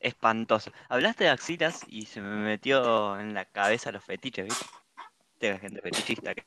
espantoso. Hablaste de axilas y se me metió en la cabeza los fetiches, ¿viste? Tengo gente fetichista que,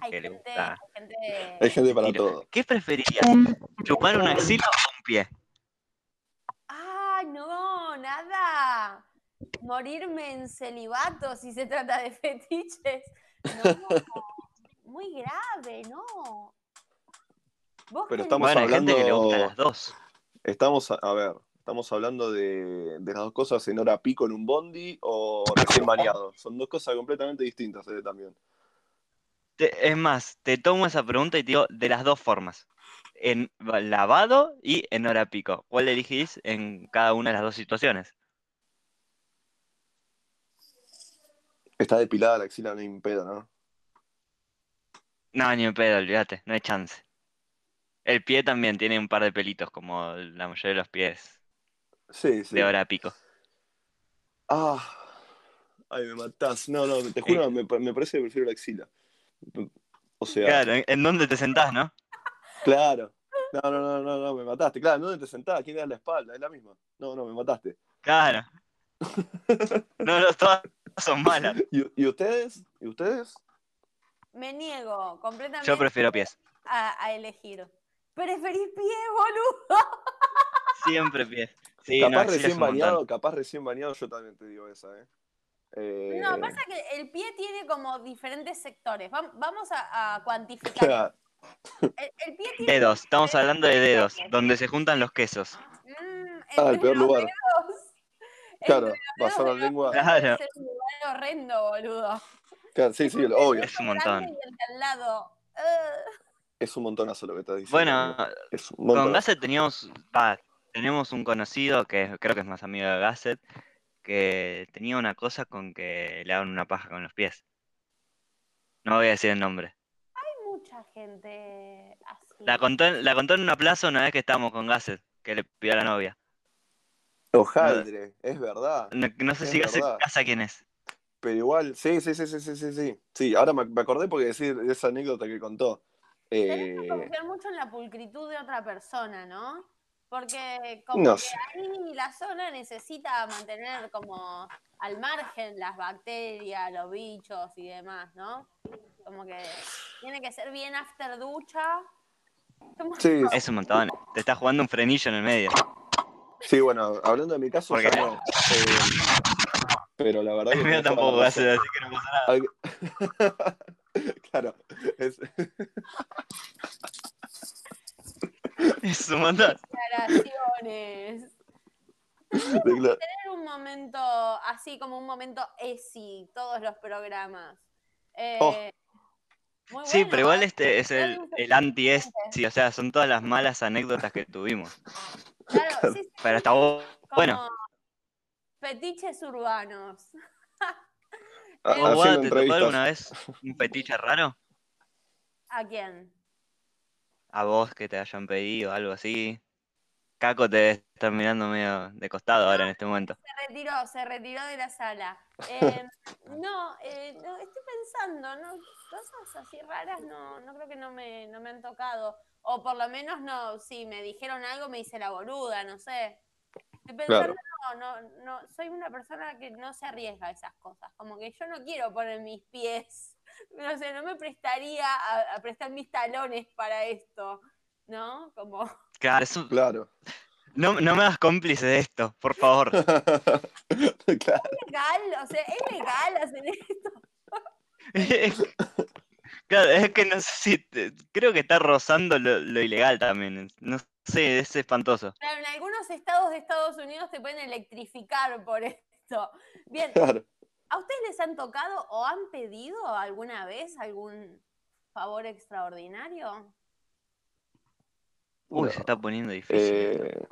Hay que le gente, gusta. hay gente- Hay gente para Mira, todo. ¿Qué preferirías? ¿Chupar una axila o un pie? ¡Ay, no! ¡Nada! Morirme en celibato si se trata de fetiches. No, muy grave, no. Vos Pero que- estamos Bueno, hay gente que le hablando- gusta las dos. Estamos, a, a ver, estamos hablando de, de las dos cosas en hora pico en un bondi o recién bañado. Son dos cosas completamente distintas eh, también. Te- es más, te tomo esa pregunta y te digo de las dos formas. En lavado y en hora pico. ¿Cuál elegís en cada una de las dos situaciones? Está depilada la axila, no hay pedo, ¿no? No, ni en pedo, olvídate, no hay chance. El pie también tiene un par de pelitos, como la mayoría de los pies Sí, sí. de hora pico. Ah, ay, me matás. No, no, te juro, me, pa- me parece que prefiero la axila. O sea, claro. Claro, ¿en- ¿en dónde te sentás, no? No, no, no, no, no, me mataste. Claro, ¿dónde te sentás? ¿Quién te da la espalda? Es la misma. No, no, me mataste. Claro. No, no, todas son malas. ¿Y, y ustedes? ¿Y ustedes? Me niego completamente Yo prefiero pies. a, a elegir. ¿Preferís pie, boludo? Siempre pies. Sí, no, capaz axilas recién un montón. bañado, capaz recién bañado, yo también te digo esa, ¿eh? Eh, No, pasa que el pie tiene como diferentes sectores. Vam- Vamos a, a cuantificar. claro. El, el pie tiene. Dedos, estamos hablando de dedos, donde se juntan los quesos. Mm, Ah, el entre peor los lugar. dedos. Claro, Entre los pasar la dedos lengua. Claro, Es un lugar horrendo, boludo. Claro, sí, sí, obvio. es un Grande montón. Y el de al lado. Eh, Es un montonazo lo que estás diciendo. Bueno, amigo. es un con montonazo. Gasset teníamos, va, tenemos un conocido que es- creo que es más amigo de Gasset, que tenía una cosa con que le daban una paja con los pies. No voy a decir el nombre. hay mucha gente así. La contó, en- la contó en una plaza una vez que estábamos con Gasset, que le pidió a la novia. Hojaldre, es verdad. No, no sé Es si Gasset verdad. casa quién es. Pero igual, sí, sí, sí, sí, sí, sí, sí. Sí, ahora me, me acordé porque decir esa anécdota que contó. Tenés que Eh, confiar mucho en la pulcritud de otra persona, ¿no? Porque como no que sé. ahí la zona necesita mantener como al margen las bacterias, los bichos y demás, ¿no? Como que tiene que ser bien after ducha. Como- Sí, Es un montón. Te está jugando un frenillo en el medio. sí, bueno, hablando de mi caso, Porque- ya no. Eh, pero la verdad que. El mío tenés toda tampoco la Gasset, razón. así que no pasa nada. Hay- claro, es- Es un montón. Declaraciones. decla- Tener un momento así como un momento ESI, todos los programas. Eh, Oh. muy Sí, bueno, pero igual ¿eh? este es el, el anti es o sea, son todas las malas anécdotas que tuvimos. Claro, sí, sí, Pero sí. está bu- bueno. Como Fetiches urbanos. ha- ¿Vos, Eh, haciendo Guada, te tocó entrevistas. alguna vez un petiche raro? ¿A quién? A vos que te hayan pedido algo así. Caco te debe estar mirando medio de costado ahora en este momento. Se retiró, se retiró de la sala. Eh, no, eh, no, estoy pensando, ¿no? Cosas así raras no, no creo que no me, no me han tocado. O por lo menos no, si me dijeron algo me hice la boluda, no sé. Estoy pensando, no, no, no, soy una persona que no se arriesga a esas cosas. Como que yo no quiero poner mis pies, no sé, no me prestaría a, a prestar mis talones para esto, ¿no? Como... Claro, es un- Claro. no, no me hagas cómplice de esto, por favor. claro. legal, o sea, es legal hacer esto. claro, es que no sé si. te- creo que está rozando lo, lo ilegal también. No sé, es espantoso. Claro, en algunos estados de Estados Unidos te pueden electrificar por esto. Bien, claro. ¿a ustedes les han tocado o han pedido alguna vez algún favor extraordinario? Uy, No. se está poniendo difícil. esto. Eh,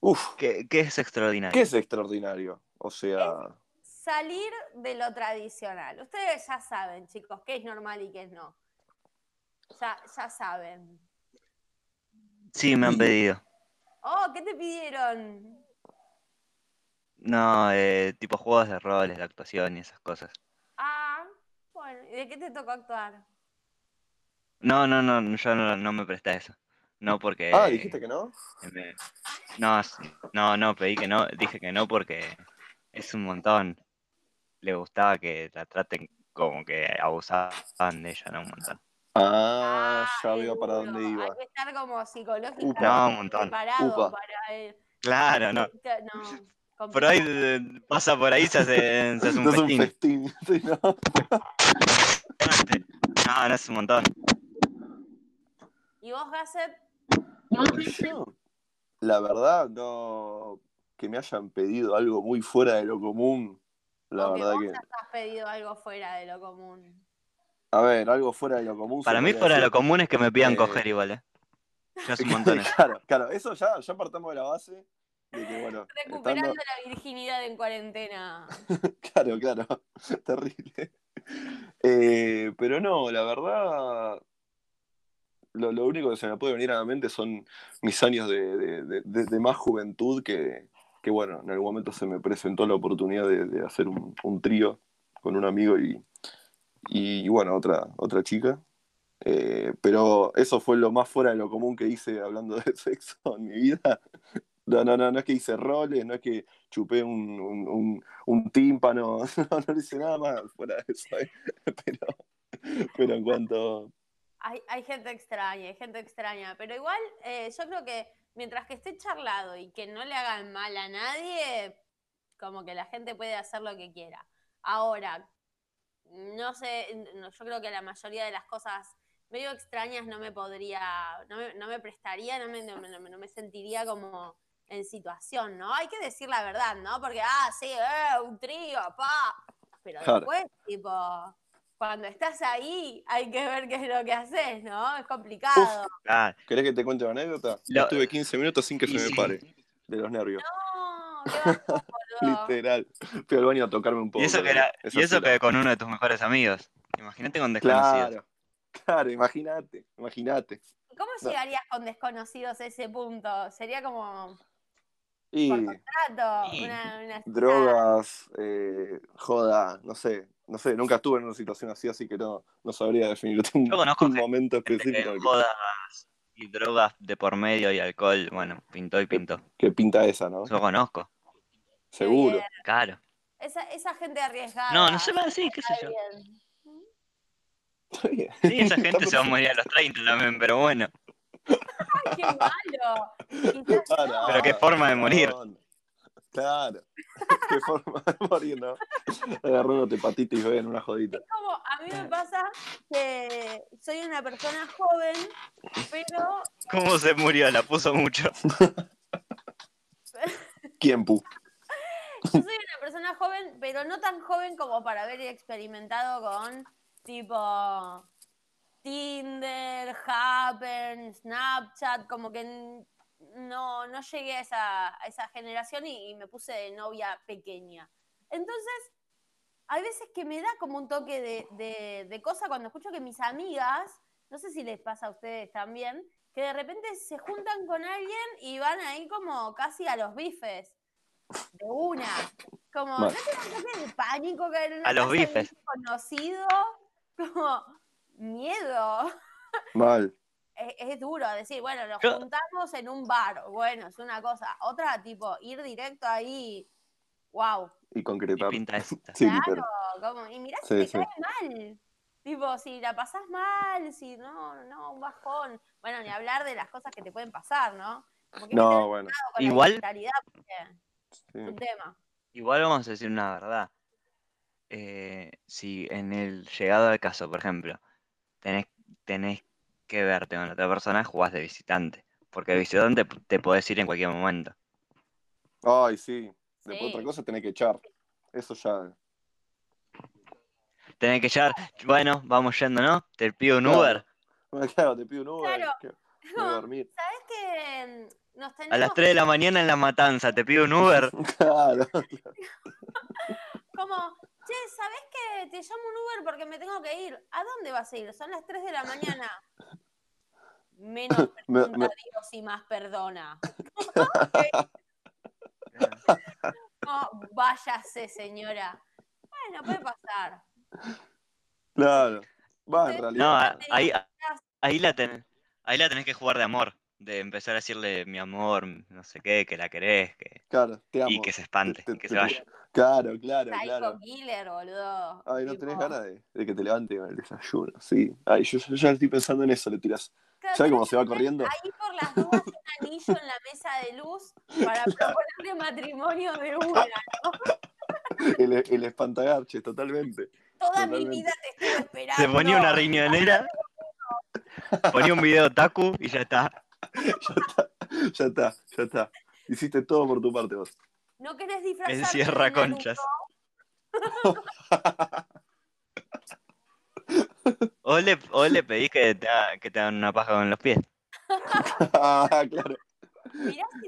uf, ¿Qué, qué es extraordinario? ¿qué es extraordinario? O sea, Salir de lo tradicional. Ustedes ya saben, chicos, qué es normal y qué es no. Ya, ya saben. Sí, me han pedido. Oh, ¿qué te pidieron? No, eh, tipo juegos de roles, de actuación y esas cosas. Ah, bueno, ¿y de qué te tocó actuar? No, no, no, yo no, no me presté a eso. No porque. Ah, dijiste que no. me- No, sí, no, no, pedí que no. Dije que no porque es un montón. Le gustaba que la traten como que abusaban de ella, ¿no? Un montón. Ah, ya es veo para duro. dónde iba. Hay que estar como psicológico Upa. No, un montón. preparado Upa. para el- Claro, no. no, Por ahí eh, pasa por ahí, se hace, se hace un No es un festín. festín. sí, ¿no? No, no es un montón. ¿Y vos, Gasset? Yo, la verdad, no. Que me hayan pedido algo muy fuera de lo común. La Aunque verdad vos que. has pedido algo fuera de lo común. A ver, algo fuera de lo común. Para se mí, podría fuera de decir. lo común es que me pidan Eh, coger igual, ¿eh? Ya es un montón. eso. Claro, claro, eso ya, ya partamos de la base de que, bueno, Recuperando estando- la virginidad en cuarentena. claro, claro, terrible. Eh, pero no, la verdad, lo, lo único que se me puede venir a la mente son mis años de, de- de- de- de más juventud que, que, bueno, en algún momento se me presentó la oportunidad de, de hacer un, un trío con un amigo y, y, bueno, otra, otra chica. Eh, pero eso fue lo más fuera de lo común que hice hablando de sexo en mi vida. No, no, no, no es que hice roles, no es que chupé un, un, un- un tímpano, no, no hice nada más fuera de eso. ¿eh? Pero, pero en cuanto... Hay, hay gente extraña, hay gente extraña, pero igual eh, yo creo que mientras que esté charlado y que no le hagan mal a nadie, como que la gente puede hacer lo que quiera. Ahora, no sé, n- no, yo creo que la mayoría de las cosas medio extrañas no me podría, no me, no me prestaría, no me, no me- no me- no me sentiría como en situación, ¿no? Hay que decir la verdad, ¿no? Porque, ah, sí, eh, un trío, pa. Pero Claro. después, tipo cuando estás ahí hay que ver qué es lo que haces, ¿no? Es complicado. Ah, ¿Querés que te cuente una anécdota? Lo- Estuve 15 minutos sin que se sí, me sí. pare de los nervios, No, qué bajón, boludo. literal. Fui al baño a tocarme un poco. Y eso, que, era- Esa y eso fila. que con uno de tus mejores amigos. Imagínate con desconocidos. Claro, claro, imagínate, imagínate. ¿Cómo llegarías con desconocidos a ese punto? Sería como Y trato, Sí. una, una drogas, eh, joda, no sé, no sé, nunca estuve en una situación así, así que no, no sabría definirte un, Yo conozco un gente- momento Gente que específico que- jodas y drogas de por medio y alcohol. Bueno, pintó y pintó. que pinta esa, ¿no? Yo conozco, Seguro. bien. claro. esa, esa gente arriesgada. No, no se va así, qué sé yo. Está bien. Está bien. Sí, esa Está gente se va a perfecto. morir a los 30 también, pero bueno. Ay, qué malo. Quizás Pará. Pero qué forma de morir. Claro. Qué forma de morir, ¿no? Agarró una hepatitis B en una jodita. como a mí me pasa que soy una persona joven, pero ¿Cómo se murió? La puso mucho. ¿Quién pu? Yo soy una persona joven, pero no tan joven como para haber experimentado con tipo Tinder, Happen, Snapchat, como que n- no, no llegué a esa, a esa generación y, y me puse de novia pequeña. Entonces, hay veces que me da como un toque de, de, de cosa cuando escucho que mis amigas, no sé si les pasa a ustedes también, que de repente se juntan con alguien y van ahí como casi a los bifes. De una. Como, Vale. ¿no tienen un toque de pánico caer en una A los casa de un bifes. desconocido? Como, miedo. Mal. Es, es duro decir, bueno, nos Yo- juntamos en un bar. Bueno, es una cosa. Otra, tipo, ir directo ahí. Wow. Y Y concretar. pinta esta. Sí, Claro. pero- Como, y mirá si Sí, te sí. cae mal. Tipo, si la pasás mal, si no, no, un bajón. Bueno, ni hablar de las cosas que te pueden pasar, ¿no? Como que hay que tener No, bueno. cuidado con Igual- La mentalidad, porque sí. es un tema. Igual vamos a decir una verdad. Eh, si en el llegado al caso, por ejemplo, tenés, tenés que verte con otra persona, jugás de visitante. Porque de visitante te podés ir en cualquier momento. Ay, sí. Después Sí. Mm. otra cosa tenés que echar. Eso ya. Tenés que llegar, bueno, vamos yendo, ¿no? Te pido un Claro. Uber. Bueno, claro, te pido un Uber. Claro. que- Me voy a dormir. Es que mm, nos tenemos A las 3 de la mañana en la matanza, te pido un Uber. Claro. como, che, ¿sabés que te llamo un Uber porque me tengo que ir? ¿A dónde vas a ir? Son las 3 de la mañana. Menos Me- pregunta me- Dios y más perdona. No, váyase, señora. Bueno, puede pasar. Claro. Va, en No, realidad. ah, No, a- ahí, ahí, la ten- ahí la tenés que jugar de amor. de empezar a decirle mi amor, no sé qué, que la querés, que... Claro, te amo. y que se espante, Te- y que te- se vaya. Claro, claro, Psycho claro. Killer, boludo. Ay, no tenés Tipo, ganas de, de que te levante con el desayuno, sí. Ay, yo, yo ya estoy pensando en eso, le tirás. claro, ¿Sabes tenés cómo se va corriendo? Ahí por las dudas un anillo en la mesa de luz para proponerle matrimonio de una. El, el espantagarche, totalmente. Toda Totalmente. mi vida te estuve esperando. Se ponía una riñonera, ponía un video taku y ya está. Ya está, ya está. Hiciste todo por tu parte vos. No querés disfrazarte. de Encierra Naruto? conchas. O le, o le pedís que te, ha- que te hagan una paja con los pies. Ah, claro. Mirá si